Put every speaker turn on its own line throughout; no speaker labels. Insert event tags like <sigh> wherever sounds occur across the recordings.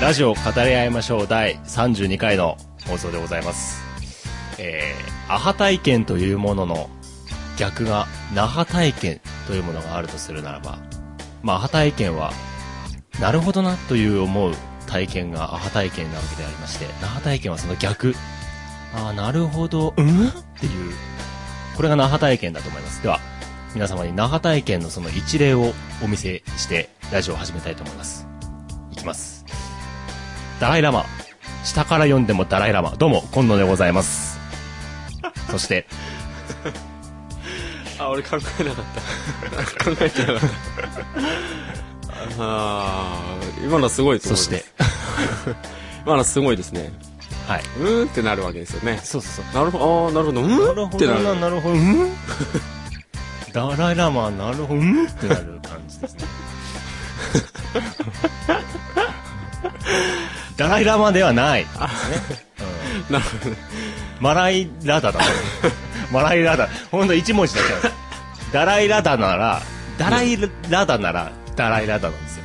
ラジオ語り合いましょう第32回の放送でございます。えー、アハ体験というものの逆が、ナハ体験というものがあるとするならば、まあ、アハ体験は、なるほどなという思う体験がアハ体験なわけでありまして、ナハ体験はその逆。ああ、なるほど、うんっていう、これがナハ体験だと思います。では、皆様に那覇体験のその一例をお見せしてラジオを始めたいと思いますいきますダライラマ下から読んでもダライラマどうも今野でございますそして
あ、俺考えなかった。 <laughs> 考えてなかった。あー今のはすごいと
<laughs>
思
そ
いま
して。
す。今のはすごいですね。
はいう
ーんってなるわけですよね。
そうそうそう
なるほど、あーなるほど、うーんってなる。
なるほどうんダライラマなるほどうんってなる感じ <laughs> ですねダライラマではないですね、うん
なるほどね。
マライラダだ。マライラダ。ほんと一文字だけなんですダライラダなら、ダライラダなら、ダライラダなんですよ。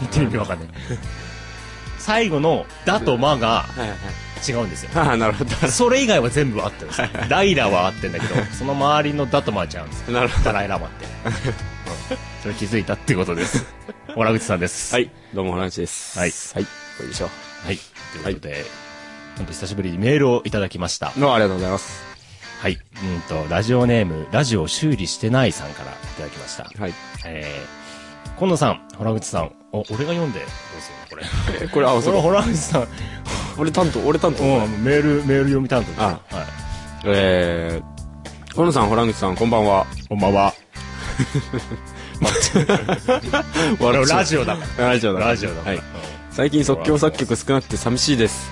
言ってみるわかんない。最後の、ダとマが
はい <laughs> はい。
違うんですよ。
あーなるほど。
それ以外は全部合ってるんですよ。ライラは合ってんだけど、その周りのダとマは違うんですよ。
なるほど。
ダライラマって。うんそれ気づいたっていうことです。オラグチさんです。
はい。どうも、お話です。
はい
はい。これでしょう。
はい。ということで、ほんと久しぶりにメールをいただきました。
どうもありがとうございます。
はい。うんと、ラジオネーム、ラジオ修理してないさんからいただきました。
はい。
えー、今野さん、原口さん、お、俺が読んで、どうするこれ。
えこれ、 <laughs> あ、
こ
そう
れ、
か。
原口さん、うん、
俺担当、俺担当。
メール、メール読み担当です。
あ
は
えー、河野さん、ホラン口さん、こんばんは。
い。こんばんは。
笑っちゃう
ラジオだか
<laughs> ラジオ
ら。
だ。
ラジオだか
は
ら。
い。最近即興作曲少なくて寂しいです。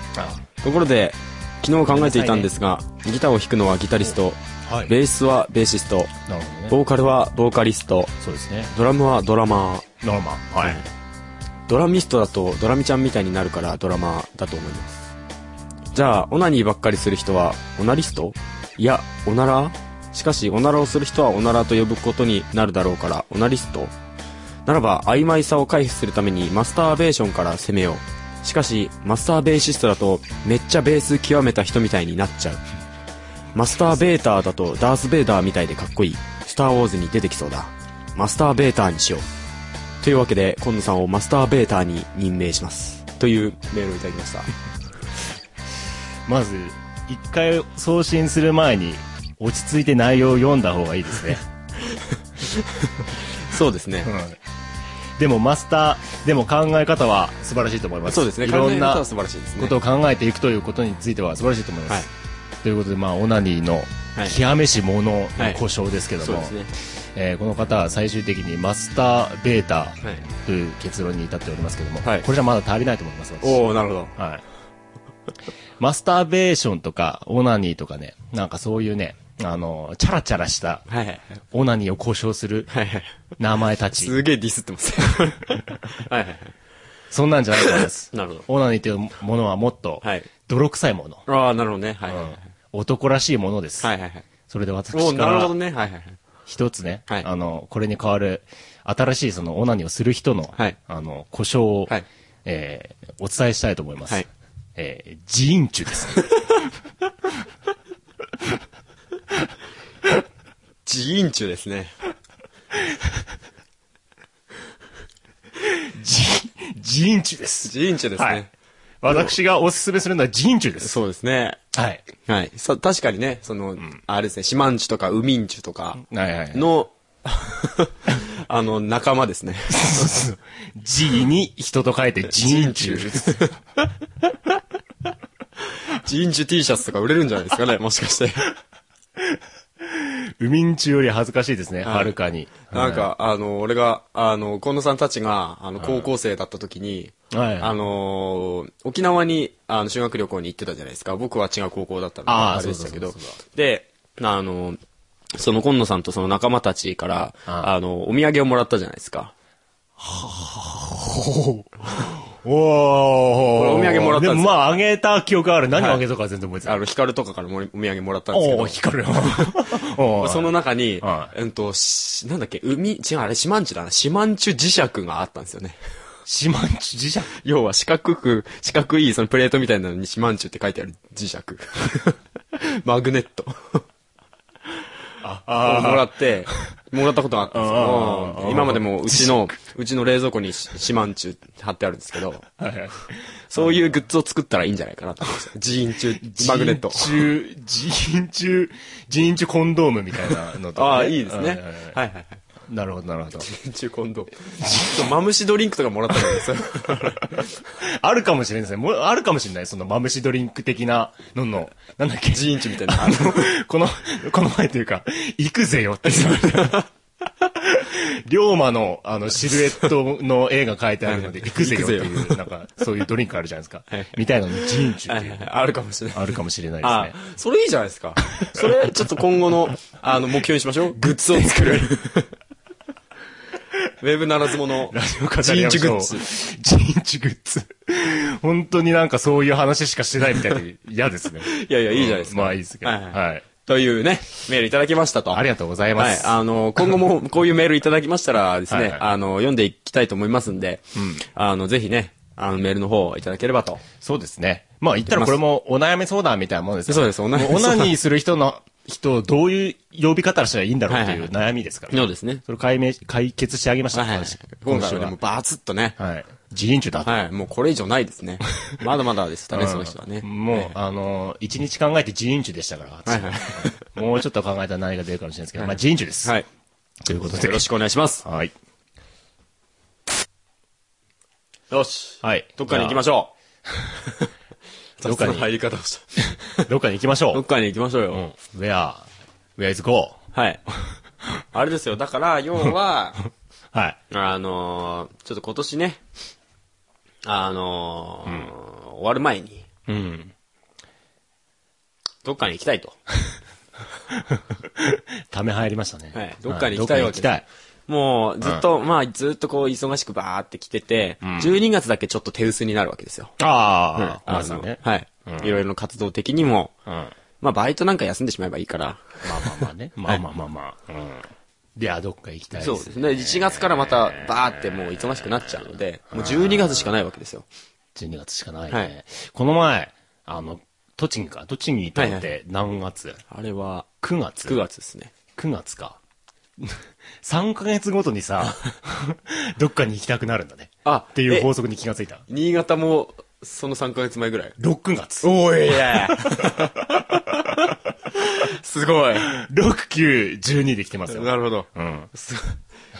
ところで昨日考えていたんですが、ギターを弾くのはギタリスト
うんはい。
ベースはベーシスト
なるほどね。
ボーカルはボーカリスト
そうですね。
ドラムはドラマー
ノーマン。はい。
ドラミストだとドラミちゃんみたいになるからドラマーだと思いますじゃあオナニーばっかりする人はオナリストいやオナラーしかしオナラをする人はオナラと呼ぶことになるだろうからオナリストならば曖昧さを回避するためにマスターベーションから攻めようしかしマスターベーシストだとめっちゃベース極めた人みたいになっちゃうマスターベーターだとダース・ベイダーみたいでかっこいいスター・ウォーズに出てきそうだマスターベーターにしようというわけで今野さんをマスターベーターに任命しますというメールをいただきました
まず、一回送信する前に、落ち着いて内容を読んだ方がいいですね。
そうですね
うんでもマスター、でも考え方は素晴らしいと思います。
そうですね
いろんな
は素晴らしいですね
ことを考えていくということについては素晴らしいと思います。ということで、まあ、オナニーの
はい
極めし者の故障ですけど
そう
も、
ですね
えーこの方は最終的にマスターベータ
はい
という結論に至っておりますけども、
はい
これじゃまだ足りないと思います、私
おおなるほど
はい。マスターベーションとか、オナニーとかね、なんかそういうね、あの、チャラチャラした、
はいはい
オナニーを故障する
はいはい
名前たち、
すげえディスってますはいはいは
そんなんじゃないと思います
<laughs> い。なるほど
オナニーというものはもっと
はい、
泥臭いもの、
ああなるほどねはい
うん
はいはい
男らしいものです。
はいはいはい
それで私
おお
か
なるほ
ら
ど、ねはいはいはい
一つね、
はい
あの、これに代わる、新しいそのオナニーをする人の、
はい
あの、故障を、
はい
えーお伝えしたいと思います。
はい
えー、ジーンチュです。
<laughs> 自飲中ですね
ジーン、ジーンチュです。
自飲中ですね、
はい。私がおすすめするのはジーンチュです。
そうですね
はい。
はいさ確かにねその、あれですね四万中とかウミンチュとか
はい
<laughs>
はい。
の、あの仲間ですね
ジに人と書いてジーンチュ。
ジーンジュ T シャツとか売れるんじゃないで
<laughs>
すかね、もしかして。
<laughs> ウミンチュより恥ずかしいですね、
はい
はるかに。
なんか、あの、俺が、あの、近野さんたちが、あの、高校生だった時に、
はい
あのー、沖縄に、あの、修学旅行に行ってたじゃないですか。僕は違う高校だったので、
あー
あれでしたけど
そうだそうだ。
で、あの、その今野さんとその仲間たちから、
あ
あの、お土産をもらったじゃないですか。
お
これお土産もらったんです
で
よ
もまあ、あげた記憶ある。何をあげたかは全然覚えてな
あ
い。
の、ヒカルとかからもお土産もらったんですけ
お
ど
お、。光るよ。おー
その中に、
は
うんと、しなんだっけ、海、違う、あれ、シマンチュだな。シマンチュ磁石があったんですよね。
シマンチ磁石
要は四角く、四角いそのプレートみたいなのにシマンチュって書いてある磁石。マグネット。
あ
もらって、もらったことがあったんです
あ
よ
ー
うん。今までもうちの、うちの冷蔵庫にシシマンチュって貼ってあるんですけど、
はいはい。
そういうグッズを作ったらいいんじゃないかなと思うんですよ。ジーンチュ、マグネット。
人中、人中、人中コンドームみたいなのとか、
<laughs> ああ、いいですね
ははは。
はいはいはい。
いなるほど、なるほど。
ジーンチュ今度。そうマムシドリンクとかもらったんです <laughs> よ。
あるかもしれないですね。もう、あるかもしれない。その、マムシドリンク的なのの、なんだっけ。
ジーンチュ
<laughs>
みたいな。
この、この前というか、行くぜよって言われた龍馬の、あの、シルエットの絵が書いてあるの
<laughs>
で、行くぜよっていう、なんか、そういうドリンクあるじゃないですか
はい。
みたいなのに、人中
は
っ
い
てい
はいうはいあるかもしれない。
あるかもしれない
あ
ですね。、
それいいじゃないですか。それ、ちょっと今後の、あの、目標にしましょう。 <laughs> グッズを作る。ウェブならずもの、
ラジオ語
ジ
り
ー
合
ン
う人
チュグッズ。
ジーンチグッズ。本当になんかそういう話しかしてないみたいで嫌ですね。
<laughs> いやいや、いいじゃないですか。
まあいいですけど。
はいはい
はい。
というね、メールいただきましたと。
ありがとうございま
はい。
す。
あの、今後もこういうメールいただきましたらですね、
はいはい
あの、読んでいきたいと思いますんで、あの、ぜひね、あの、メールの方いただければと。
そうですね。まあ言ったらこれもお悩み相談みたいなもんですよ
そうですお悩み
もうオ
相
ナ
談
ニーする人の、人をどういう呼び方をしたらいいんだろうって
はい
い
は
う
い
悩みですから。
そうですね。
それ解明、解決してあげました。
はいはい
私。
今
今
回
週
はね、
は
もう。バツッとね、
はい。ジーンチュだと。
はい。もうこれ以上ないです <laughs> ね。まだまだでしたね、
うん
その人はね。
もう、あの、一日考えてジーンチュでしたから私
はいはい。
もうちょっと考えたら何が出るかもしれないですけど、まあジーンチュです。
はい。
ということで。
よろしくお願いします。
はい。
よし。
はい
どっかに行きましょう。
どっかに
雑な入り方をした。
どっかに行きましょ
どっ
う。
かに行きましょうよ。
うん。Where, where is go?
はい。 <laughs> あれですよ。だから、要 <laughs> は、
はい。
あのー、ちょっと今年ね、あのー終わる前に、
うん。
どっかに行きたいと。
ため入りましたね。
はいどっかに行きたい
は
わけですもう、ずっと、まあ、ずっとこう、忙しくバーって来てて、12月だけちょっと手薄になるわけですよ。
ああ、
あ
まず
の、
ね。
はい、いろいろな活動的にも、
うん。まあ
まあ、バイトなんか休んでしまえばいいから。
まあまあね。まあまあまあまあ。うん。で、あ、どっか行きたいです。
そうですね。1月からまた、バーってもう忙しくなっちゃうので、もう12月しかないわけですよ。
12月しかないね。
はい
この前、あの、栃木か。栃木に行ったのっ
はい
て何月、
あれは、
?9 月
9月ですね。
9月か。3ヶ月ごとにさ、 <laughs> どっかに行きたくなるんだね。
あ
っていう
え
法則に気がついた。
新潟も、その3ヶ月前ぐらい。
6月。
お
<laughs>
いやすごい。
6、9、12で来てますよ。
<laughs> なるほど。
うん。
す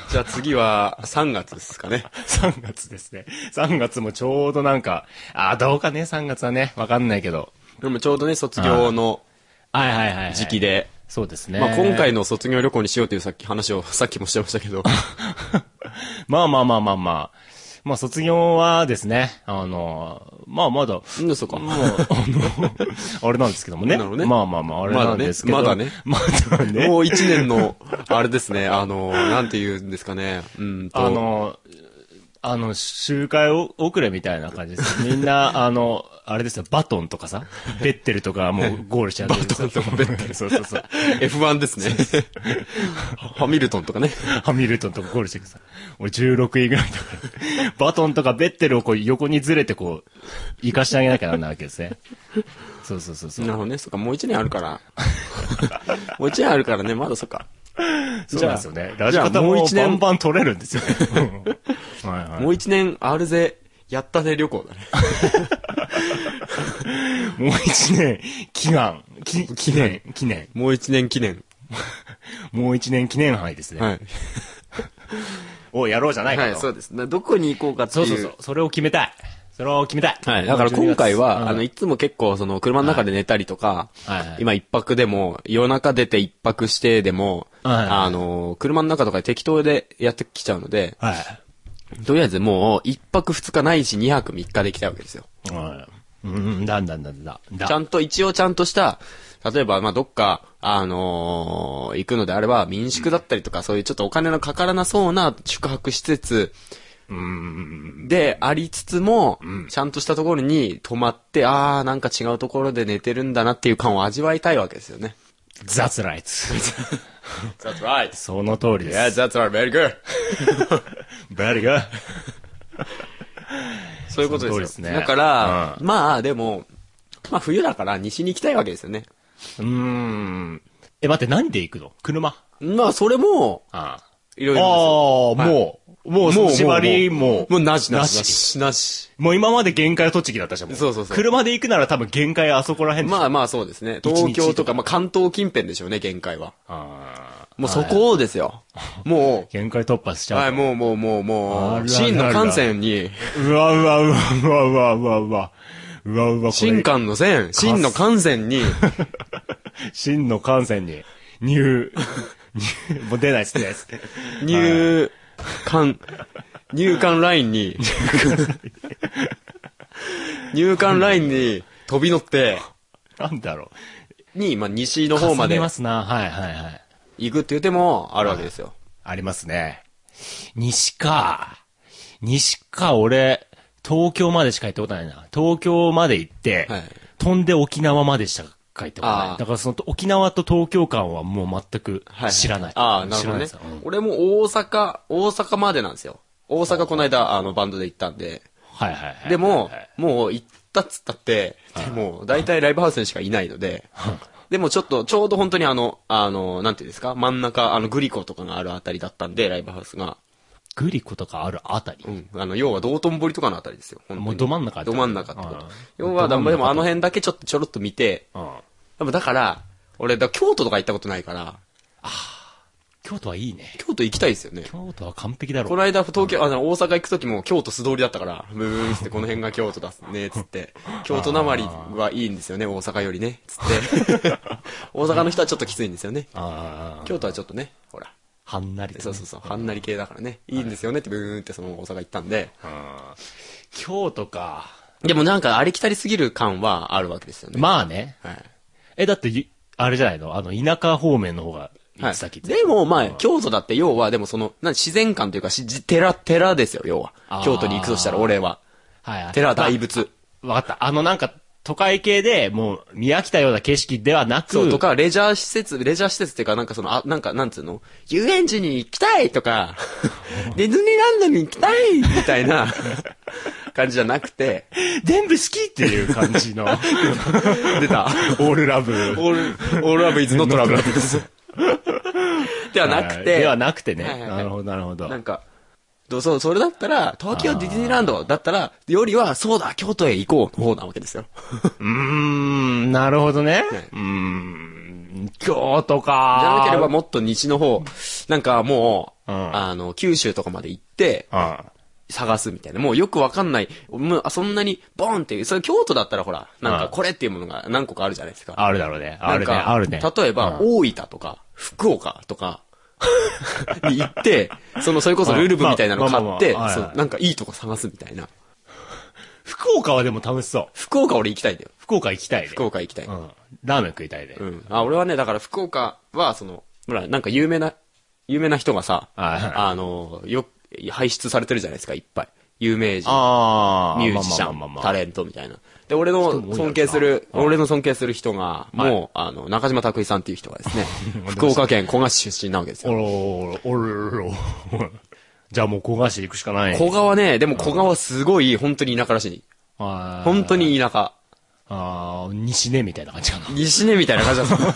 じゃあ次は3月ですかね。
3月ですね。3月もちょうどなんか、あーどうかね、3月はね。わかんないけど。
でもちょうどね、卒業の
はいはいはい、
時期。で、
そうですね。
まあ今回の卒業旅行にしようというさっき話をさっきもしてましたけ <laughs> ど、
まあまあまあまあまあ。まあ卒業はですね、あの、まあまだ、
うん、そうか。
もう、あの、あ <laughs> れなんですけどもね。
なるほどね
まあまあまあ、あれなんですけど。
まだね
まだね。
もう1年の、あれですね、あの、なんて言うんですかね、うんと、
あの、あの、集会を遅れみたいな感じです。みんな、あの、あれですよ、バトンとかさ、ベッテルとかもうゴールしちゃってる。バトンとかベッテル。そうそうそう。
F1 ですね。ハミルトンとかね。
<laughs> ハミルトンとかゴールしてくさ。俺16位ぐらいだから。バトンとかベッテルをこう横にずれてこう、生かしてあげなきゃなんないわけですね。そうそうそうそ
な
う。
るほどね、そっか、もう1年あるから。もう1年あるからね、まだそっか。
そうなんですよね。ラジ
じゃ
カ
あ
タ
もう
も
一
バ
年
ンバン取れるんですよね。うんはいはい
もう1年、あるぜ、やったぜ旅行だね。
<laughs> もう一年、祈願、き記念、記念。
もう1年記念。
もう一年記念杯ですね。
はい。
をやろうじゃないかと。
はい、そうです。などこに行こうかって
そ
いう
そ
う。
うそう。それを決めたい。それを決めたい。
はい。だから今回は、
うん
あの、いつも結構、その、車の中で寝たりとか、
はいはい
今一泊でも、夜中出て一泊してでも、
はいはい
あの、車の中とかで適当でやってきちゃうので、
はい。
とりあえずもう、一泊二日ないし、二泊三日で行きたいわけですよ。
はい。うん、だんだんだんだんだ。
ちゃ
ん
んと、一応ちゃんとした、例えば、まあ、どっか、あのー行くのであれば、民宿だったりとか、そういうちょっとお金のかからなそうな宿泊施設でありつつも、ちゃんとしたところに泊まって、あー、なんか違うところで寝てるんだなっていう感を味わいたいわけですよね。
雑ライツ。
That's right.
その通りで
Yeah,
す。
that's right. Very good.
Very good.
そういうこと
その通
ですよ。
りですね
だから、
うん
まあでも、まあ冬だから西に行きたいわけですよね。
うーん。え、待って、何で行くの車。
まあそれも、
ああ。
いろいろ
ああ、
はい
もう、もう、もう、縛りもう、
もうなしな
な
し。なし。
もう今まで限界を栃木だったじゃん、も
そうそうそう
車で行くなら多分限界あそこら辺でしょ。
まあまあそうですね。
一日
東京と
とか
か、まあ関東近辺でしょうね、限界は。
あー
もうそこをで
<laughs>
すよ。も
限界突破しち
う、
ゃう。
はい、もうもうもう
あ
も
ら
う、真の感線に、
うわうわうわうわうわうわうわ。うわうわ、こ
真
れ。
間の線、真の感線
<laughs>
に、
真の感染に、
<laughs>
入、入もう出ないです、出ないです。
入管、入管ライ
<laughs>
ンに、入管ラインに飛び乗って、
なんだろ
に、まあ西
う。
の方ま
重ね
で
ますな、はいはいはい。
行くっていう手もあるわけですよ。
ありますね。西か。西か、俺、東京までしか行ったことないな。東京まで行って、
はい
飛んで沖縄までしか行ったことな
あ
い。
ー
だからその沖縄と東京間はもう全く
はは
知らない。
ああ、なるほどね
知らないです。うん
俺も大阪、大阪までなんですよ。大阪この間、あの、バンドで行ったんで。
はいはいはい。
でも
はいはい、
もう行ったっつったって、でもう大体ライブハウスにしかいないので、でもちょっと、ちょうど本当にあの、あの、なんていうんですか、真ん中、あの、グリコとかがあるあたりだったんで、ライブハウスが。
グリコとかあるあたり
う。ん。あの、要は道頓堀とかのあたりですよ。本当に
もうど真ん中って
ど
こと
真ん中ってこと
ああ。
要は、で
ど真ん中
も
と
でもあの辺だけちょっとちょろっと見て、
うん。
でもだから、俺、だから京都とか行ったことないから、
京都はいいね。
京都行きたいですよね。
京都は完璧だろ
この間、東京、あの、大阪行くときも京都素通りだったから、ブーブーっつって、この辺が京都だっすね、つって。京都なまりはいいんですよね、大阪よりね、つって。
<laughs>
大阪の人はちょっときついんですよね。
ああ、
京都はちょっとね、ほら。
はんなりとね
そうそうそう、はんなり系だからね、いいんですよねってブーンってそのまま大阪行ったんで。
うん京都か。
でもなんかありきたりすぎる感はあるわけですよね。
まあね。
はい。
え、だってゆ、あれじゃないのあの、田舎方面の方が、行
はい
き先、
でも、まあ、京都だって要は、でもその、なん自然観というか、し寺、寺ですよ、要は
あー。
京都に行くとしたら、俺は。
はいはい。
寺大仏。
まあ。わかった。あの、なんか、都会系で、もう、見飽きたような景色ではなく、
そう、とか、レジャー施設、レジャー施設っていうか、なんかその、あ、なんか、なんつうの遊園地に行きたい
<laughs>
とか、ディズニーランドに行きたいみたいな <laughs> 感じじゃなくて、
全部好きっていう感じ
<laughs>
の、オ
出た。
ールラブ。
オール、オールラブイズ <laughs> ノットラブです。ではなく
はい
て、
ではなくてね。
はいはいはい
なるほど、なるほど。
なんか、どうそう、それだったら、東京ディズニーランドだったら、よりは、そうだ、京都へ行こうの方なわけですよ。
うーん、なるほどね。うーん、京都か。
じゃなければもっと西の方、なんかもう、
うん
あの、九州とかまで行って、
うん。
探すみたいな。もうよくわかんない。もうあそんなに、ボーンっていう。それ京都だったらほら、なん
うん
かこれっていうものが何個かあるじゃないですか。
あるだろうね。あ
な
る
ん
ね、
か
あるね。
例えば、
うん
大分とか、福岡とか、 <laughs> に行って、その、それこそルルブみたいなの買って、
まあまあまあまあはい
そ
はいう
なんかいいとこ探すみたいな。
福岡はでも楽しそう。
福岡俺行きたいんだよ。
福岡行きたいね。
福岡行きたい。
うん。ラーメン食いたいね。
うん。あ、俺はね、だから福岡は、その、ほら、なんか有名な、有名な人がさ、
はいはい
あの、よ、輩出されてるじゃないですか、いっぱい。有名人。
あ
ミュージシャン、タレントみたいな。で、俺の尊敬する、俺の尊敬する人が、
はい
もう、あの、中島拓一さんっていう人が
<laughs>
ですね、福岡県古賀市出身なわけです
お
よ。
ろおろおろおろ。 <laughs> じゃあもう古賀市行くしかない。
古賀はね、でも古賀はすごい、本当に田舎らしい。
あー
本当。に田舎。
ああ、西ねみたいな感じかな。
西根みたいな感じだっ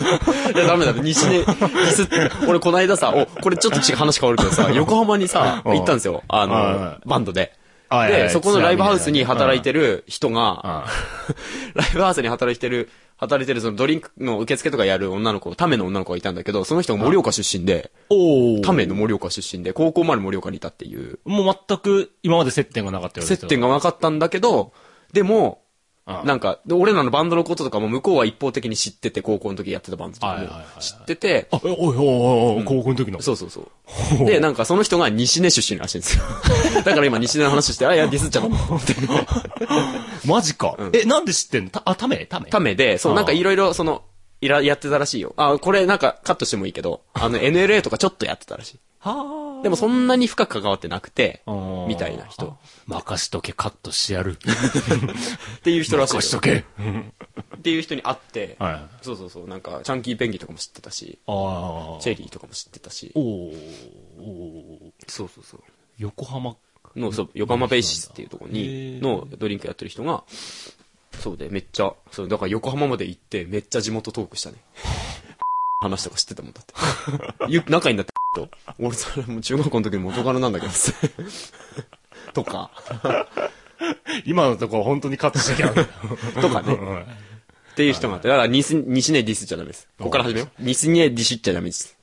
た。 <laughs> いや、ダメだって、西根、ディスって、俺この間さ、お、これちょっと違う話変わるけどさ、横浜にさ、
うん
行ったんですよ。
は
あの、バンドで。
はいはい
で、そこのライブハウスに働いてる人が、
あ
ライブハウスに働いてる、働いてるそのドリンクの受付とかやる女の子、タメの女の子がいたんだけど、その人が盛岡出身で、
おお。
タメの盛岡出身で、高校まで盛岡にいたっていう、
もう全く今まで接点がなかったよね
接点がなかったんだけど、でも、
あ
なんか、で俺らのバンドのこととかも向こうは一方的に知ってて、高校の時やってたバンドとか
はい
も
はいはいはい
知ってて、
あ、えおいおいおいおい、高校の時の。
そうそうそう。で、なんかその人が西根出身らしいんですよ。 <laughs> だから今西根の話して、あ、いや、ディスっちゃった。
マジか。え、なんで知ってんのたあ、タメタメ
<laughs> ためで、そうう、
ん
なんかいろいろ、その、いら、やってたらしいよ。あ、これなんかカットしてもいいけど、あの NLA とかちょっとやってたらしい。
は
でもそんなに深く関わってなくて
あー。、
みたいな人。。
任しとけ、カットしてやる。
っていう人らしいよ
任しとけ。
っていう人に会って、
はい
そうそうそう、なんか、チャンキーペンギンとかも知ってたし、
ああ。
チェリーとかも知ってたし
お、ーおー
そうそうそう。
横浜
の、そう、横浜ベーシスっていうところ
へー
に、のドリンクやってる人が、そうで、めっちゃ、そう、だから横浜まで行って、めっちゃ地元トークしたね。 <laughs> 話とか知ってたもんだって。 <laughs> ゆ仲いいんだって、 <laughs> と。俺、それもう中学校の時の元カノなんだけど。 <laughs> とか、
今のところ本当にカットしなきゃ。
<laughs> と
<laughs>
か <laughs> ね。っていう人があって。だから、西西ねディスっちゃダメです。ここから始めよう。西ねディスっちゃダメです。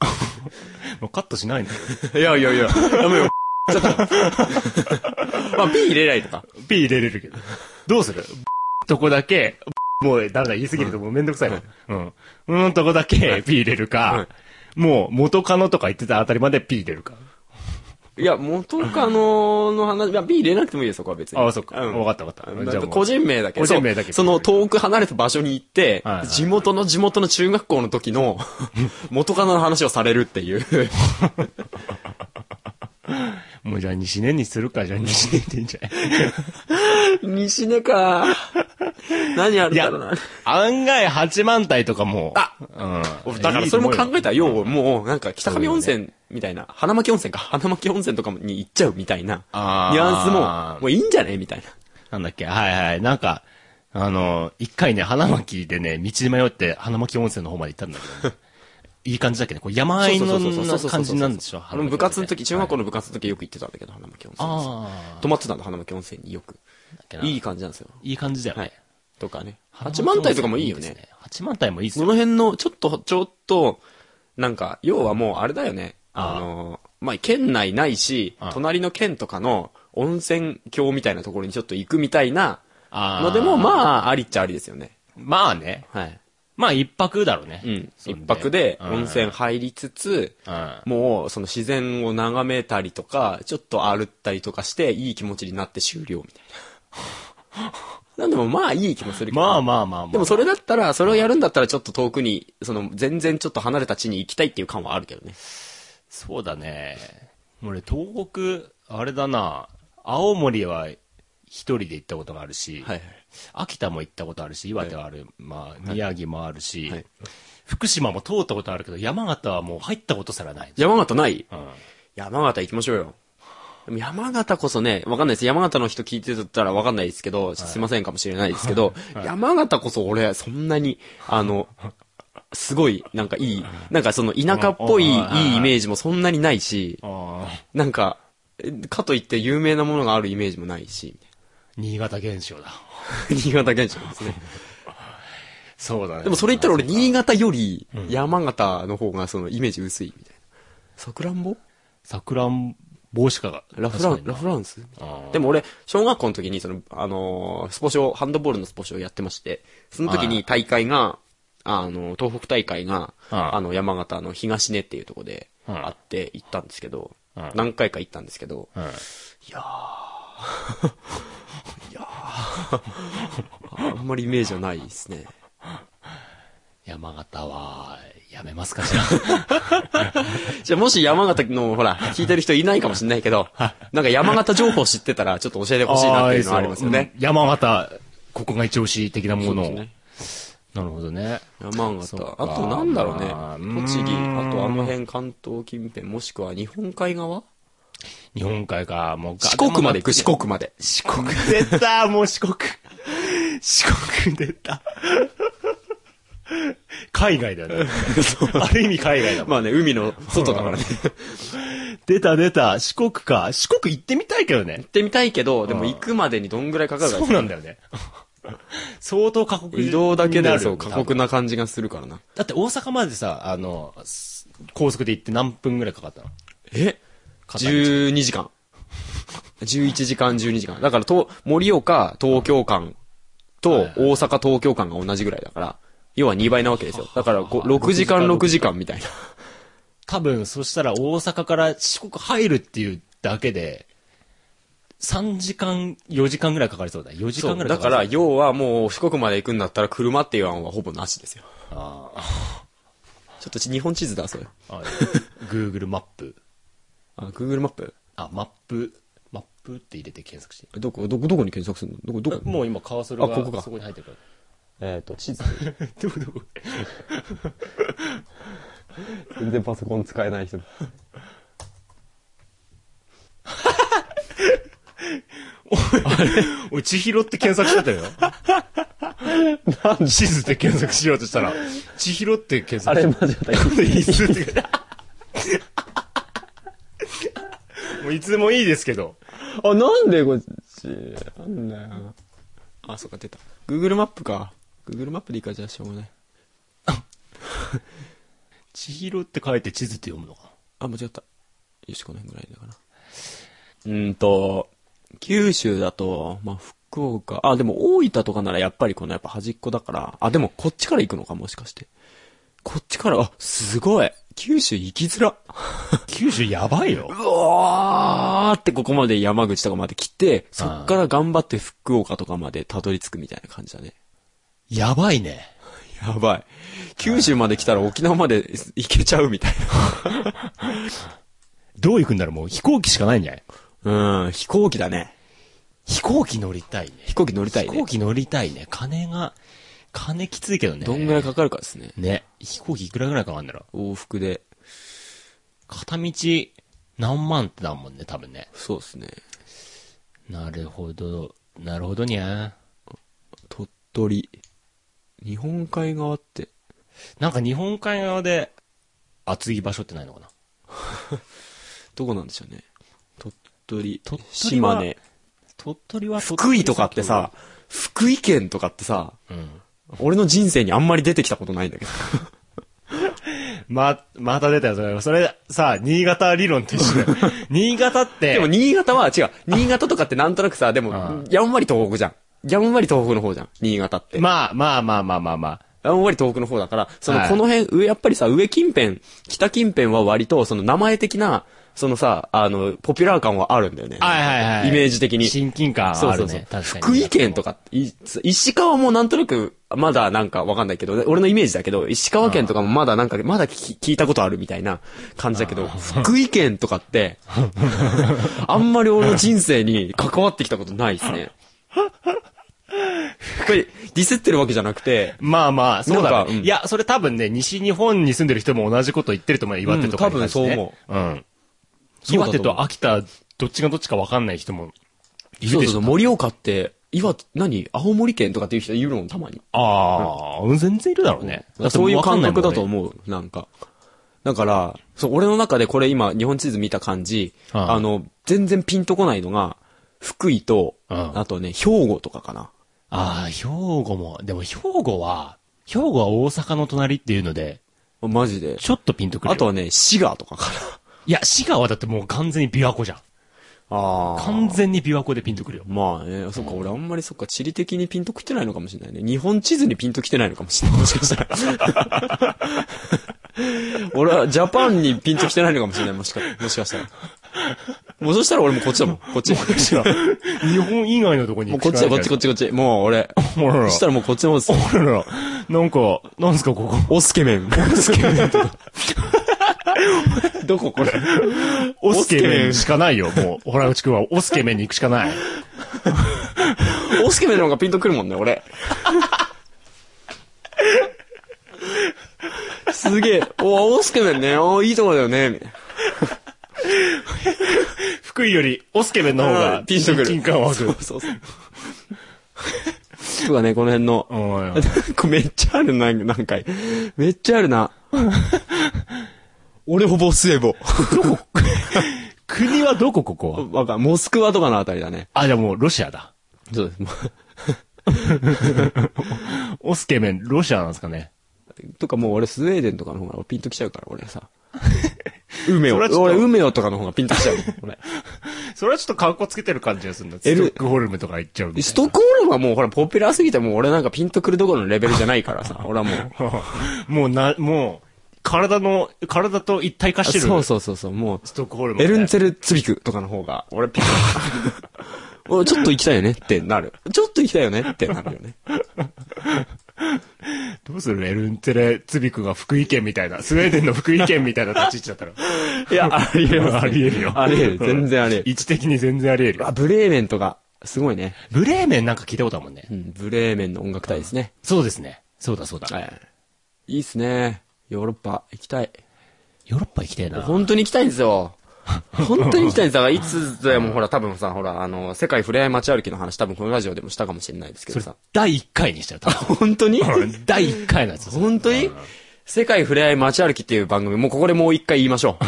もうカットしないんだよ。
<laughs> いやいやい <laughs> や、ダメよ。ちょっと。 <laughs> まあ、P 入れないとか。
P 入れれるけど。どうするとこだけ、もうダメだ、言い過ぎるともうめんどくさいもん。うん。うーんとこだけ P 入れるか、もう元カノとか言ってたあたりまで P 入れるか。
いや、元カノの話、いや、B 入れなくてもいいです、そこは別に。
ああ、そっか。
う
わかったわかった。じゃあもう
個人名だけ
個人名だけ
そうその遠く離れた場所に行って、
はいはい
地元の地元の中学校の時 <laughs> の元カノの話をされるっていう。 <laughs>
もうじゃあ西年にするか、じゃあ西年でいいんじゃない
西根か。何あるん
い
だ
や
ろうな。、
案外八万体とかもう。あうん。
だからそれも考えたら、
いいと思う
要はもう、なんか北上温泉みたいな、花巻温泉か、花巻温泉とかに行っちゃうみたいな、ニュ
あー
アンスも、もういいんじゃねみたいな。
なんだっけ、はいはい。なんか、あの、一回ね、花巻でね、道に迷って花巻温泉の方まで行ったんだけど、ね、いい感じだっけどね。こう山あいのな感じなんでしょ、
あの部活の時、中学校
の。
の部活の時よく行ってたんだけど、花巻温泉。
あ
泊まってたんだ、花巻温泉によく。
あ。
い
い
い感じなんですよ。
いい感じだよね。
はい。とかね。
花
八
巻
万体とかもいいよ
温泉
ね。。
八万体もいいっす
そ
よ。
の辺の、ちょっと、ちょっと、なんか、要はもうあれだよね。
ああ
あの、まあ、県内ないし
ああ、
隣の県とかの温泉郷みたいなところにちょっと行くみたいな
あ
のでも、
あ。
まあ、ありっちゃありですよね。
まあね。
はい。
まあ一泊だろうね。
うん。
そ
一
ん
泊で温泉
うん。
入りつつ、
うん
もう、その自然を眺めたりとか、ちょっと歩ったりとかして、いい気持ちになって終了みたい <laughs> な。なんでも、まあ、いい気もするけど。
まあまあまあまあ。
でも、それだったら、それをやるんだったら、ちょっと遠くに、その、全然ちょっと離れた地に行きたいっていう感はあるけどね。
そうだね。俺、東北、あれだな。青森は一人で行ったことがあるし、
はいはい。
秋田も行ったことあるし、岩手はある、まあ、宮城もあるし、
はい
福島も通ったことあるけど、山形はもう入ったことすらない。
山形ない
うん
山形行きましょうよ。でも山形こそね、わかんないです。山形の人聞いてたらわかんないですけど、すいませんかもしれないですけど、山形こそ俺、そんなに、あの、すごい、なんかいい、なんかその田舎っぽい
うん
い
うんうん
いイメージもそんなにないし、
ああ、
なんか、えかといって有名なものがあるイメージもないし、 <laughs>
新潟現象だ。
新潟県庁ですね。
そうだね。
でもそれ言ったら俺、新潟より山形の方がそのイメージ薄いみたいな。さくらんぼ
さくらんぼしかが。
ラフラン、ラフランスで
も、
も俺、小学校の時に、その、あのースポ少、ハンドボールのスポ少やってまして、その時
は
に大会が、あの、東北大会が、
うん
あの、山形の東根っていうとこで、
うん
あって行ったんですけど、
うん
何回か行ったんですけど、
うん
あんまりイメージはないですね。
山形は、やめますか
<laughs>
じゃ
じゃあもし山形の、ほら、聞いてる人いないかもしれないけど、なんか山形情報知ってたら、ちょっと教えて
あ。
ほしいなっていうのはありますよ
<laughs>
ね。
うん山形、ここが一押し的なもの
そう
を
ですね。
なるほどね。
山形
そっ。か
あとなんだろうね
まあ。
栃木。
うーん
あとあの辺関東近辺、もしくは日本海側
日本海か、もうガ
四国まで行く、四。国まで。
四国出た、もう四国。四国出た。海外だよね。ある意味海外だもん。
<laughs> まあね、海の外だからね。行
出た出た、四国か。四国行ってみたいけどね。
ってみたいけど、でも行くまでにどんぐらいかかるか
そうなんだよ
<laughs>
ね。相当過酷
移動だけ
にな
で
るよ
そ
ね
う、過酷な感じがするからな。
だって大阪までさ、あの、す高速で行って何分ぐらいかかったの
え
片道
?12 時間。11時間、12時間。だから、と、盛岡、東京間
はい
と
はい
大阪、東京間が同じぐらいだから、要は2倍なわけですよ。だから、こう6時間、6時間みたいな。
多分、そしたら大阪から四国入るっていうだけで、3時間、4時間ぐらいかかりそうだ。4時
そ
間
う
ぐらい
だ
かか
か
りそう
ら、要はもう四国まで行くんだったら車っていう案はほぼなしですよ。
あ
ちょっと日本地図出そうよ。
あ。はい Google マップ。
あ、Google マップ
あ、マップ、マップって入れて検索して。
どこ、どこ、どこに検索するのどこ、どこ
もう今、カーソル
あここ
が
か
そこに入ってるから。
えっ、と、地図。
どこどこ
全然パソコン使えない人。
俺、千尋って検索してたよ。地図で検索しようとしたら、千尋って検
あ
索
れ、
し
マジだ
ていつって。もういつでもいいですけど。
あ、なんでこっち。なんだよ。
あ、そっか、出た。Google マップか。Google マップでいいか、じゃあしょうがない。
千尋って書いて地図って読むのか
あ、間違った。よし、この辺ぐらいだかな。うーんと、九州だと、まあ、福岡、あ、でも大分とかならやっぱりこのやっぱ端っこだから、あ、でもこっちから行くのか、もしかして。こっちから、あ、すごい九州行きづら
な九州やばいよ。
うわーってここまで山口とかまで来て、そっから頑張って福岡とかまでたどり着くみたいな感じだね。
やばいね。
やばい。九州まで来たら沖縄まで行けちゃうみたい
どう行くんだろうもう飛行機しかないんじゃない
<laughs> な。うん、飛行機だね。
飛行機乗りたいね。
飛行機乗りたいね。
飛行機乗りたいね。金が、金きついけどね。
どんぐらいかかるかですね。
ね。飛行機いくらぐらいかかるんだろう
往復で。
片道何万ってだもんね、多分ね。
そうですね。
なるほど。なるほどにゃ。
鳥取。日本海側って。
なんか日本海側で暑い場所ってないのかな
どこなんでしょうね。鳥取。
鳥取は
島根。
鳥取は
福井とかってさ、、福井県とかってさ、
うん。
俺の人生にあんまり出てきたことないんだけど。
ま、また出たよ、それ。それ、さ、新潟理論と一緒だよ。
<laughs>
新潟って、
でも新潟は違う。新潟とかってなんとなくさ、で
ああ
も、やんわり東北じゃん。やんわり東北の方じゃん。新潟って。
まあまあまあまあまあまあ。
やんわり東北の方だから、その、
はい
この辺、上、やっぱりさ、上近辺、北近辺は割と、その名前的な、そのさ、あの、ポピュラー感はあるんだよね。
はいはいはい。
イメージ的に。
親近感あるね。
そうそうそう。福井県とかって、い石川もなんとなく、まだなんかわかんないけど、俺のイメージだけど、石川県とかもまだなんか、まだ聞き聞いたことあるみたいな感じだけど、福井県とか <laughs> って、あんまり俺の人生に関わってきたことないですね。これ、ディスってるわけじゃなくて、
まあまあ、そう
な
だ
んか
ね。
うん
いや、それ多分ね、西日本に住んでる人も同じこと言ってると思うよ、岩手とかに関してね、
うん多分
そう思う。ん。
そう
岩
だと思う
手と秋田、どっちがどっちか分かんない人もいる
そう
でし
そうそ
ょ。
う、盛岡って、岩手、何青森県とかっていう人いるのたまに。
ああ、全然いるだろうね。
そういう感覚だと
う。
思う、なんか。だから、そう、俺の中でこれ今、日本地図見た感じ、
はい
あの、全然ピンとこないのが、福井と、
うん
あとね、兵庫とかかな。
ああ、兵庫も、でも兵庫は、兵庫は大阪の隣っていうので、
マジで。
ちょっとピンとくるよ。
あとはね、滋賀とかかな。
いや、滋賀はだってもう完全に琵琶湖じゃん。
あー
完全に琵琶湖でピンとくるよ。
まあね、そっか、俺あんまりそっか、地理的にピンときてないのかもしれないね。日本地図にピンときてないのかもしれない。も <laughs> しかしたら。俺はジャパンにピンときてないのかもしれない。もしか、もしかしたら。もうそしたら俺もこっちだもん。こっち。
日本以外のとこに
も
行く
うこっちだ、こっち、こっち、こっち。もう俺。
こっ
そしたらもうこっちの方です。
あらら、なんか、なんすかここ。
おスケメン。おスケメンとか。 <laughs> どここれ。
オスケメンしかないよ、もう。原口くんはオスケメンに行くしかない。
おスケメンの方がピンとくるもんね、俺。すげえ。おおスケメンね。おいいとこだよね。みたいな
<laughs> 福井よりオスケメンの方
う
が
ん、ピンとくる
親近感湧
そう
く。
そうそう。とかね、この辺の。
うん
これめっちゃあるな、何回。めっちゃあるな。俺ほぼスエボ。
<laughs> 国はどこここは
わかんモスクワとかのあたりだね。
あ、じゃあもうロシアだ。
そうです。
オスケメン、ロシアなんですかね。
とかもう俺スウェーデンとかの方がピンときちゃうから、俺
<laughs>
さ。梅
それはちょっと
俺梅よとかの方がピンときちゃう。
<laughs>
俺
それはちょっと格好つけてる感じがするんだ。
エ
ス
ル
トックホルムとか行っちゃうみたいな
ストックホルムはもうほらポピュラーすぎてもう俺なんかピンとくるどころのレベルじゃないからさ。俺はもう。
<laughs> もうな、もう、体の、体と一体化してる。
そうそうそうそう、もう。
ストックホルムみた
エ
いな。
ルンツェルツビクとかの方が、俺ピンとお <laughs> ちょっと行きたいよねってなる。ちょっと行きたいよねってなる
<laughs>
よね。
どうするエルンテレツビクが福井県みたいな、スウェーデンの福井県みたいな立ち位置だったら。
いや、 <laughs> ありえ
ありえるよ。
ありえる。全然ありえる。
<laughs> 位置的に全然ありえるよ
あ、。ブレーメンとか、すごいね。
ブレーメンなんか聞いたことあるもんね。
うん、ブレーメンの音楽隊ですね。
そうですね。そうだそうだ。
はい。いいっすね。ヨーロッパ行きたい。
ヨーロッパ行きたいな。
本当に行きたいんですよ。本当に行きたいんですだから、いつでもほら、多分さ、ほら、あの、世界ふれあい街歩きの話、多分このラジオでもしたかもしれないですけ
そ
ど
れ
さ。、
第1回にしたよ、多分
本当に <laughs>
第1回なんですよそれ。
本当に世界ふれあい街歩きっていう番組、もうここでもう一回言いましょう。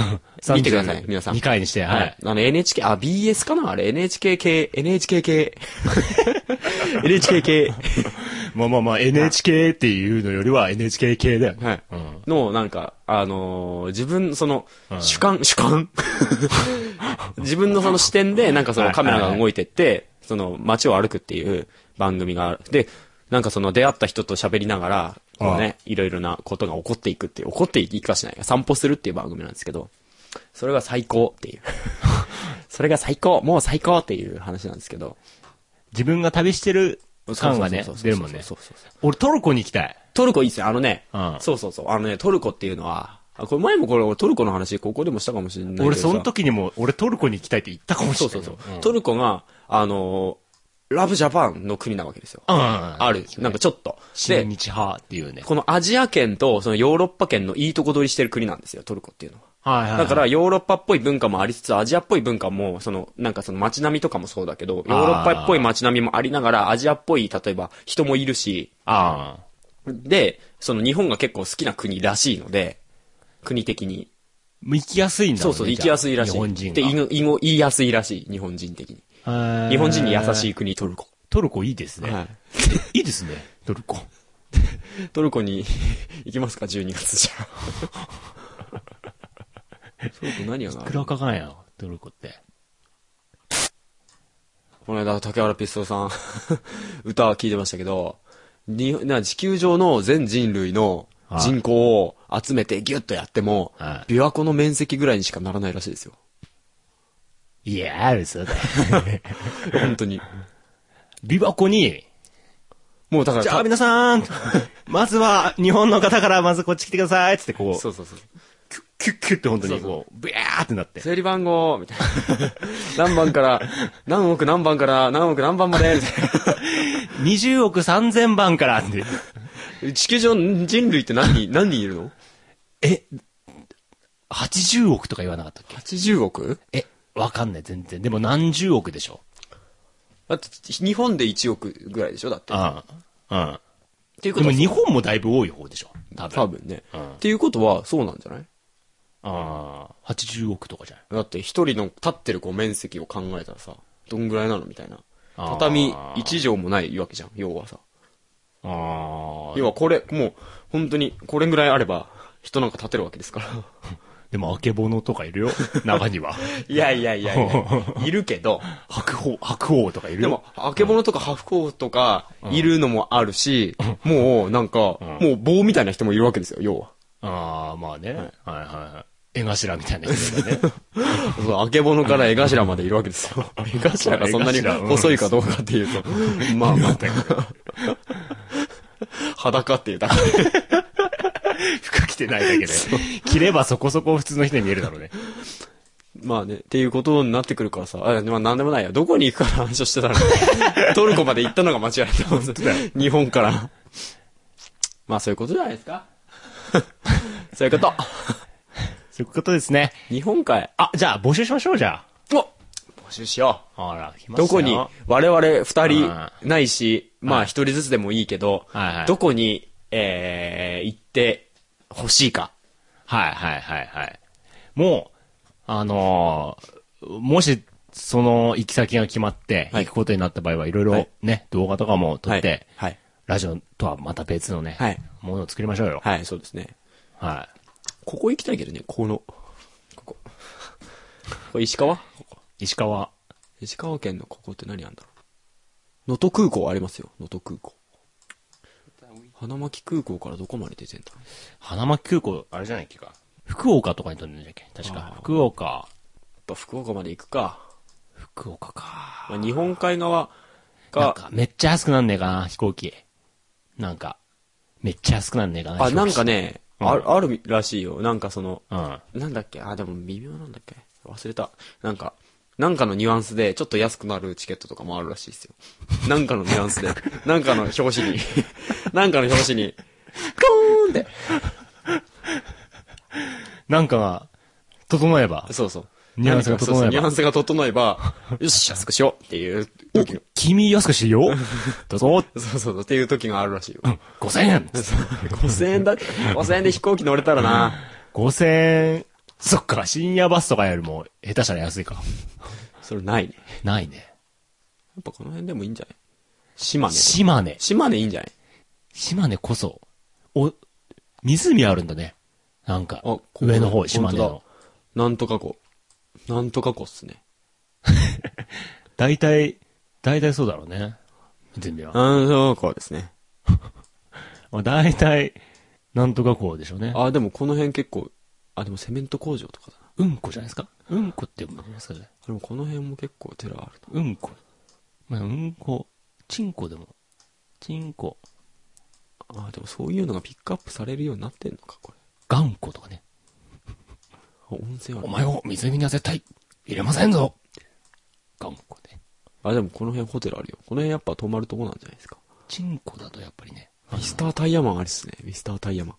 見てください、皆さん。
2回にして、はい。。
あの NHK、あ、BS かなあれ NHK 系、NHK 系。NHK 系。
まあまあまあ、NHK っていうのよりは NHK 系だよね。
はい。
うん
の、なんか、あのー自分、その、主観、
<laughs>
主観自分のその視点で、なんかそのカメラが動いてって、その街を歩くっていう番組がある。で、なんかその出会った人と喋りながら、こうね、いろいろなことが起こっていくっていう、起こっていくかしないか、散歩するっていう番組なんですけど、それが最高っ
<laughs>
ていう。それが最高もう最高っていう話なんですけど。
自分が旅してる感がね
そう、そう
出
そ
るも
うそう
んね。
そうそうそう
俺トルコに行きたい。
トルコいいっすね。あのね、
うん
そうそうそう。あのね、トルコっていうのは、あこれ前もこれ俺トルコの話、ここでもしたかもしれないけどさ
俺その時にも、俺トルコに行きたいって言ったかもし
そ
れ
う
ない。
そうそう。トルコが、あのーラブジャパンの国なわけですよ。
うん。
あ
あ
る。なんかちょっと。
親
で、
日派っていうね。
このアジア圏とそのヨーロッパ圏のいいとこ取りしてる国なんですよ、トルコっていうのは。
はいはいはい。
だから、ヨーロッパっぽい文化もありつつ、アジアっぽい文化も、その、なんかその街並みとかもそうだけど、ヨーロッパっぽい街並みもありながら、アジアっぽい、例えば人もいるし、
ああ。
で、その日本が結構好きな国らしいので、国的に。
行きやすいんだ
そうそう、行きやすいらしい。
日本人
で、言い
が。
言い言いやすいらしい、日本人的に。日本人に優し
い。
い国、トルコ。
トルコいいですね。
は
い
い
いですね、トルコ。
トルコに <laughs> 行きますか、12月じゃあ。トルコ何がある
黒かかんやろ、トルコって。
この間、竹原ピストルさん、 <laughs> 歌聞いてましたけど、にな地球上の全人類の
はい
人口を集めてギュッとやっても、
はい
琵琶湖の面積ぐらいにしかならないらしいですよ。
いやー、嘘だ。 <laughs>
本当に。
琵琶湖に、
もうだから、
じゃあ皆さ <laughs> ん、まずは日本の方からまずこっち来てくださいっつってこう、
そうそうそう。
キュッキュッって本当にこう、ビャーってなって。
整理番号みたいな。 <laughs> 何番から、何億何番から、何億何番まで、みたい
20億3000番からって。
な。地球上人類って何人、何人いるの
え、80億とか言わなかったっけ
?80 億
え、わかんない、全然。でも何十億でしょ。
だって、日本で1億ぐらいでしょだって。っ
うん。うん。
ていうこ
でも
とは
日本もだいぶ多い方でしょ。多分。
多分ね。
うん
っていうことは、そうなんじゃない
ああ、80億とかじゃない
だって、一人の立ってるこう面積を考えたらさ、どんぐらいなのみたいな。
あー
畳1畳もないわけじゃん、要はさ。
あ
要はこれ、もう、本当に、これぐらいあれば、人なんか立てるわけ
<laughs>
ですから。
あ。でも、あけぼのとかいる <laughs> よ。中には。
いやいやい
<laughs>
やいや、いるけど、
白鵬、白鵬とかいる
で
よ
も。、あけぼのとかハフコーとか、いるのもあるし、もう、なんか、もう棒みたいな人もいるわけですよ、要は。
ああ、まあね。はいはいはい。絵頭みたいな人がね。
そう、あけぼのから江頭までいるわけ <laughs> ですよ。江頭がそんなに
江頭うん
細いかどうかっていうと、まあ <laughs> まあ、裸っていうだけで。
服着てないだけで。着ればそこそこ普通の人に見えるだろうね。
まあね、っていうことになってくるからさ、あまあなんでもないや。どこに行くかの話をしてたら、 <laughs> トルコまで行ったのが間違いだと思うんですよ日本から。まあそういうことじゃないです <laughs> か。そういうこと。
そういうことですね。
日本海。
あ、じゃあ募集しましょう、じゃ
お募集しよ
あ。ほら、来
う。
ました
ど
よ
こに、我々二人
あ
ないし、まあ一人ずつでもいいけど
はいは、い
どこに、えー行って欲しいか。
はいはいはいはい。もう、あのーもし、その行き先が決まって、
はい
行くことになった場合はいろい
は
ろ
い
ね、動画とかも撮
はい
って、
はい。
ラジオとはまた別のね、
はい
ものを作りましょうよ。
はい、そうですね。
は
ここ行きたいけどね、この、こ <laughs> こ。これ石川ここ
い。石川、
石川県のここって何あんだろう。能登空港ありますよ、能登空港。花巻空港からどこまで出てんだろう
花巻空港、あれじゃないっけか。福岡とかに飛んでるんじゃっけ確か。福岡。
やっぱ福岡まで行くか。
福岡か。
まあ、日本海側
なん
が、
か、めっちゃ安くなんねえかな、飛行機。なんか、めっちゃ安くなんねえかな、
あ、
飛行
な
機
んかね、あるあるらしいよ。なんかその、
うん。
なんだっけあ、でも微妙なんだっけ忘れた。なんか、なんかのニュアンスで、ちょっと安くなるチケットとかもあるらしいですよ。なんかのニュアンス
<laughs>
で、なんかの表紙に、 <laughs> なんかの表紙に、コーンって。
なんかが、整えば、
そうそう。
ニュアンスが整え
ニュア
ば
ン。スが整
<laughs>
えば、よし、安くしようっていう時が、
君安くしてよ。どうぞ。
そうそうそう、っていう時があるらしいよ。
5000円。
<laughs> 5000円だ、5000円で飛行機乗れたらな。
5000円。そっか、深夜バスとかよりも、下手したら安いか。
それないね。や
ないね。
っぱこの辺でもいいんじゃない島根。
島根。
島根いいんじゃない
島根こそ、お、湖あるんだね。なんか
あ、ここ
上の方、島根
本
の。
なんとか湖。なんとか湖っすね。
大体、大体そうだろうね。湖は。
なんとか湖ですね。
まあ、大体、なんとかこうでしょうね。
あ、でもこの辺結構、あ、でもセメント工場とかだな。
うんこじゃないですか。うんこって読むんじゃないですかね。
でもこの辺も結構寺あ
う
る
んこ。まあ、うんこ。ちんこでも。ちんこ。
な。あ、でもそういうのがピックアップされるようになってんのか、これ。
がんことかね。
あ温泉ある。
お前を湖には絶対入れませんぞがんこね。
あ、でもこの辺ホテルあるよ。この辺やっぱ泊まるとこなんじゃないですか。
ちんこだとやっぱりね。
ミスタータイヤマンありっすね。ミスタータイヤマ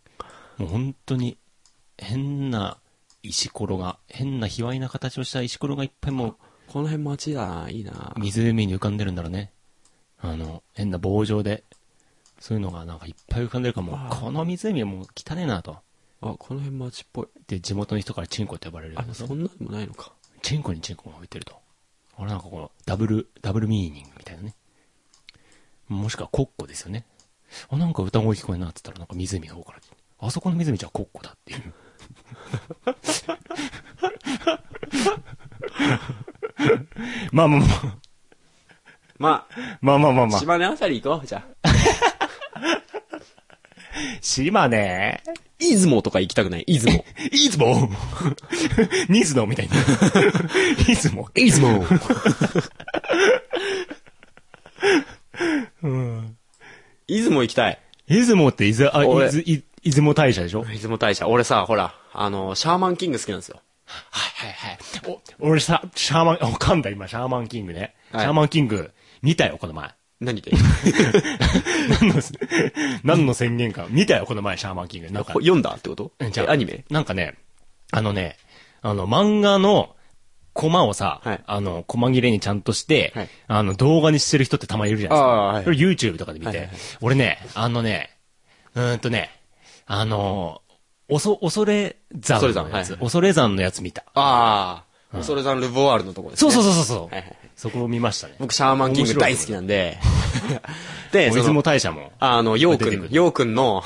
ン。
もう本当に、変な石ころが、変な卑猥な形をした石ころがいっぱいも
この辺街だな、いいな
う。湖に浮かんでるんだろうね。あの、変な棒状で。そういうのがなんかいっぱい浮かんでるからも
あ
う、
あ
この湖はもう汚ねえなと。
あ、この辺街っぽい。
で、地元の人からチンコって呼ばれるよ
あ
う、な。
そんなでもないのか。
チンコにチンコが置いてると。あれなんかこの、ダブル、ダブルミーニングみたいなね。もしくはコッコですよね。あ、なんか歌声聞こえんなって言ったらなんか湖の方から。あそこの湖じゃコッコだっていう。 <laughs> まあまあまあ、
ま
まあまあまあ
あ、
まあ。
島根あたり行こう、じゃあ。
島根
出雲とか行きたくない、出雲。
出雲 <laughs> 水野みたいな。 <laughs> 出雲
出雲出雲行きたい。
出雲って伊豆、あ、伊
俺
豆、い出雲大社でしょ
出雲大社。俺さ、ほら、あの、シャーマンキング好きなんですよ。
はいはいはい。お、俺さ、シャーマン、あわかんだ今、シャーマンキングね。
はい
シャーマンキング、見たよ、この前。 <laughs>
何で
何の、何の宣言か。見たよ、この前、シャーマンキング。なんか、
<laughs> 読んだってこと
うん
えアニメ
なんかね、あのね、あの、漫画の、コマをさ、
はい
あの、コマ切れにちゃんとして、
はい
あの、動画にしてる人ってたまにいるじゃないですか。
ああはい
それ YouTube とかで見て、
はいはいはい
俺ね、あのね、うーんとね、あの、おそ、恐れ山のやつ、
恐れ山はい
恐れ山のやつ見た。
ああ、恐れ山ルボワールのとこです
そ
ね。
うそう
う。
そうそうそう、
はいはい
そこを見ましたね。
僕、シャーマンキング大好きなんで。で、
お出
そ
雲
の、
大社も。
あの、ヨウく
出てくる
ん、ヨウくんの、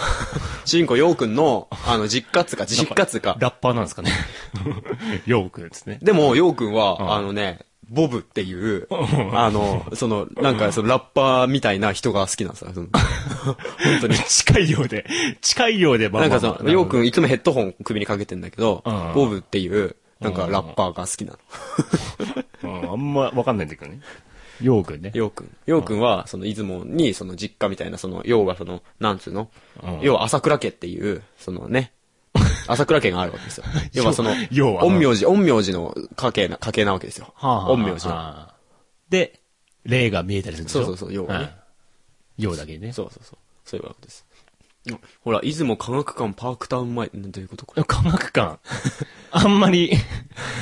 主人公ヨウくんの、あの、実家っつうか、実家っつうか。
ラッパーなんですか
<laughs>
ね。よくですね。
でも、ヨウくん
ん
は、あのね、ボブっていう、
ん
あの、その、なんか、その、ラッパーみたいな人が好きなんですよ。その本当に。
近いようで、近いようで、ま
な
あ
ん
まあ
か
まあ、
その、ヨウ
ん。
くんいつもヘッドホン首にかけてんだけど
うん、
ボブっていう、なんか、ラッパーが好きなの。
うんあんまわかんないんだけどね。よくんね。
ようくん。ようくんは、その、出雲に、その、実家みたいな、その、要はその、なんつうの
うん
要は、朝倉家っていう、そのね、朝倉家があるわけですよ。要はその、
<laughs> 要は
陰陽師、陰陽師の家系な、家系なわけですよ。
はあはあはあ
陰陽師の。
で、霊が見えたりするんでしょ
そうそうそうようね
んようだけね。
そうそうそう。そういうわけです。うんほら、出雲科学館パークタウン前、んどういうことこれ。
科学館。あんまり、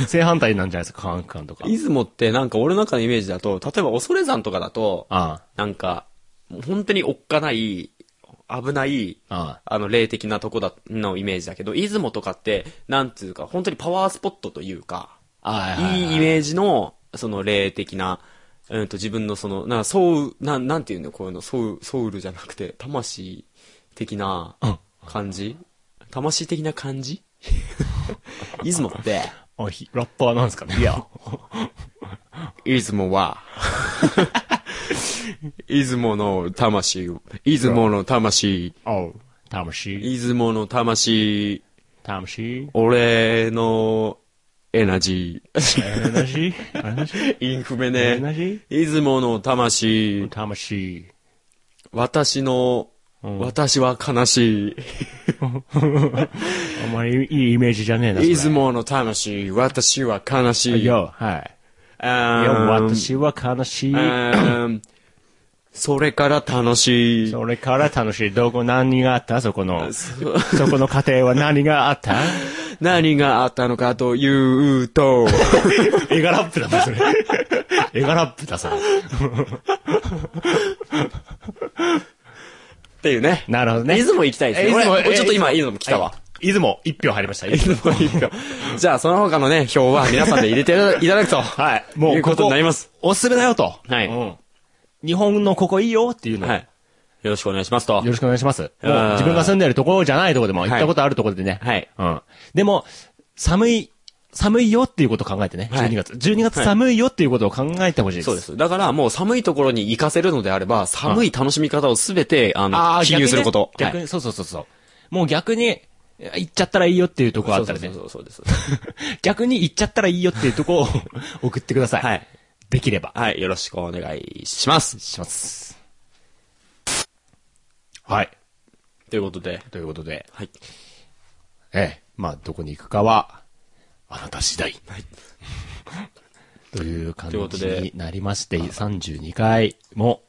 正反対なんじゃないですか、科学館とか。
出雲ってなんか俺の中のイメージだと、例えば恐山とかだと、
あ
なんか、もう本当におっかない、危ない、
あ、あ
あの、霊的なとこだ、のイメージだけど、出雲とかって、なんつうか、本当にパワースポットというか、
あ。ああ
いいイメージの、その霊的な、うんと自分のその、な、ソウ、なん、なんていうの、こういうの、ソウ、ソウルじゃなくて、魂的な
うん
感じ、魂的な感じ <laughs> 出雲って、
あ、ひラッパーなんですかね。い
<laughs>
や。
出雲は、出雲の魂、出雲の魂、
おう。魂。
出雲の魂、
魂。
俺のエナジ
<laughs>
ー。
エナジーエナジー
インフメ
エナジ
<laughs> ね。出雲の魂。
魂。
私の、
うん
私は悲しい。
あんまりいいイメージじゃねえな。それ
出雲の魂。私は悲しい。
いや、はい。いや、
あーん、
私は悲しい。
あーんそれから楽しい。
それから楽しい。どこ何があったそこの、
そ
<laughs> そこの家庭は何があった
何があったのかというと、
絵柄ラップだな、そ <laughs> れ。絵柄ラップだ、それ。
っていうね。
なるほどね。
出雲行きたいですね。
え出雲
俺、俺ちょっと今いいのも来たわ。
はい。出雲、一票入りました。出
出雲いいよじゃあ、その他のね、票は皆さんで入れていただくと。
はい。も
もう、
う、
いうことになります。。
おすすめだよと。
はい
うん。日本のここいいよっていうのを。
はい。よろしくお願いしますと
よ。ろしくお願いします。も
あ
う
ー
自分が住んでるところじゃないところでも、
い
行ったことあるところでね。
はい
うん。でも、寒い、寒いよっていうことを考えてね。
はい
12月。12月寒いよっていうことを考えてほしいです。
そうです。だから、もう寒いところに行かせるのであれば、寒い楽しみ方をすべて、あ
あ
の、
あ、
記入すること。
逆にね、逆
はい
にそうそうそうそう。もう逆に、行っちゃったらいいよっていうところあったらね。
そうそうそうそうそうです。
<laughs> 逆に行っちゃったらいいよっていうとこを <laughs> 送ってください。
はい。
できれば。
はい。よろしくお願いします。
します。はい。
ということで。
ということで、
はい。
ええ、まあ、どこに行くかは、あなた次第。という感
ということ
じ
で
になりまして、32回も、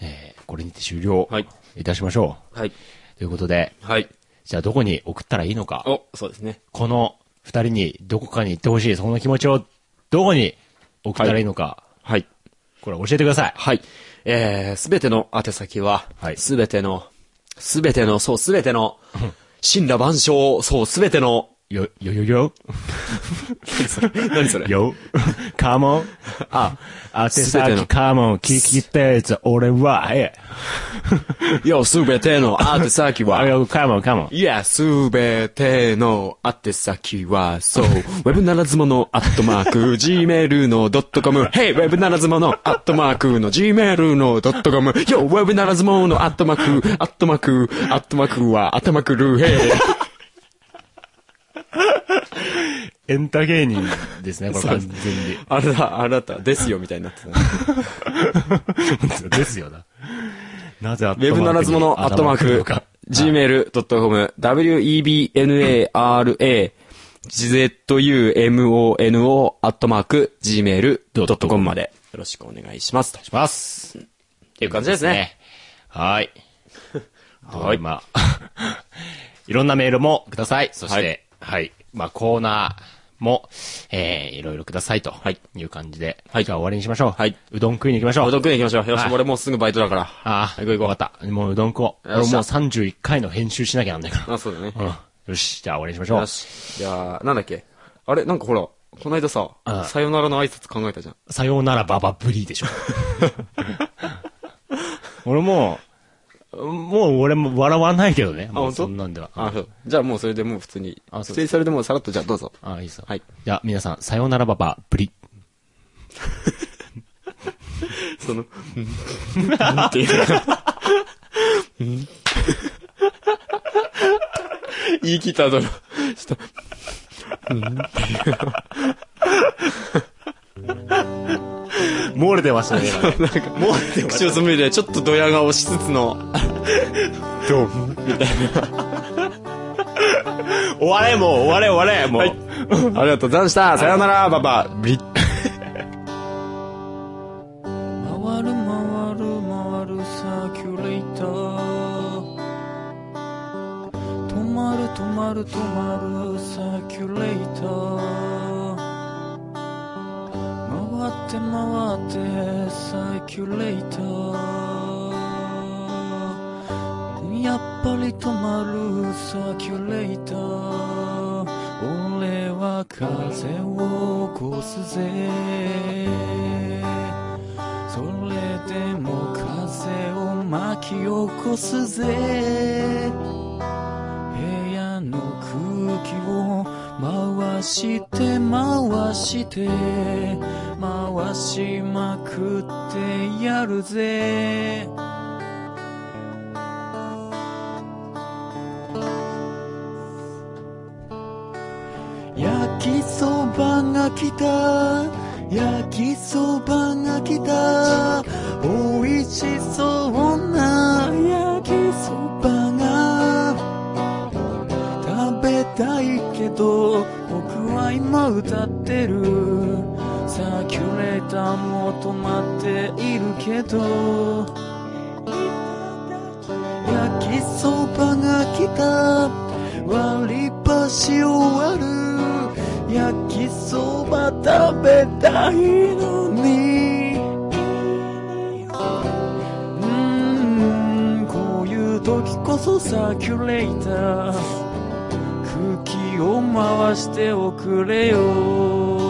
ええ、これにて終了
はい
いたしましょう。
はい。
ということで、
はい。
じゃあどこに送ったらいいのか、
お、そうですね。
この二人にどこかに行ってほしい、その気持ちをどこに送ったらいいのか、
はい。
これは教えてください。
はい。えー、すべての宛先は
はい、
すべての、すべての、そう、すべての、神羅万象、そう、すべて
<laughs>
の、
よ、よよよ
何それ <laughs>
よ、カモン。あ、あて
すべて
先
の
カモン、聞きたやつ、俺は、え、
よ、すべての宛先
あ
は、
よ、カモン、カモン。
いや、すべての宛先は、そう、ウ <laughs> ェブならずもの、アットマーク、gmail の .com、hey, ウェブならずもの、アットマークの gmail の .com、よ、ウェブならずもの、アットマーク、アットマーク、アットマークは、アットマークルー、へい。
エンタ芸人です <laughs> ね、これ完全に。
あれだ、あれだった、ですよ、みたいになってたね。
ですよな。なぜアッ
ウェブならずもの、アットマーク、gmail.com、webnara,zumono, アットマーク、gmail.com まで。よろしくお願いします。と
します。っ
いう感じですね。。 <laughs>
はい。はい。まあ、 <laughs> いろんなメールもください。そして、はい。まあ、コーナーも、えー、いろいろくださいと
い
いう感じで、
はい
じゃあ終わりにしましょう。
はいう
どん食いに行きましょう。
お得に行きましょう。よし
は、い
俺もうすぐバイトだから。
ああ、
行こう行こ
わかった。もううどん食おう。俺
よ
も
っ
う
しゃ
31回の編集しなきゃなんないか
う。あ、そうだね。
ら。うん。よし、じゃあ終わりにしましょう
よ。し。じゃあ、なんだっけあれなんかほら、この間さ
うん、
さよならの挨拶考えたじゃん。
さようならババブリーでしょ。 <laughs> 俺もう、もう俺も笑わないけどね。もう
本当
そんなんでは。
あ、そう。じゃあもうそれでもう普通に。
あ
普
そう
通にそれでもうさらっと、じゃあどうぞ。
あ、いいさ。
はい。
じゃあ皆さん、さようならババブリ。
その、うんっていうのが。言い切った後の、ちょっと、
漏れてましたね。 <laughs>
なんか、 <laughs> もう、口をつむいで、ちょっとドヤ顔しつつの、どうみたい
終われもう、終われ終われもう。
な。ありがとうございました。さようなら、ババ。ブリッ
回る回る回るサーキュレーター止まる止まる止まるサーキュレーター回って回ってサーキュレーターやっぱり止まるサーキュレーター俺は風を起こすぜそれでも風を巻き起こすぜ部屋の空気を回して回して回しまくってやるぜ焼きそばが来た焼きそばが来た美味しそうな焼きそばが食べたいけど僕は今歌ってるサーキュレーターも止まっているけど焼きそばが来た割り箸し終わる焼きそば食べたいのにうーんこういう時こそサーキュレーター空気を回しておくれよ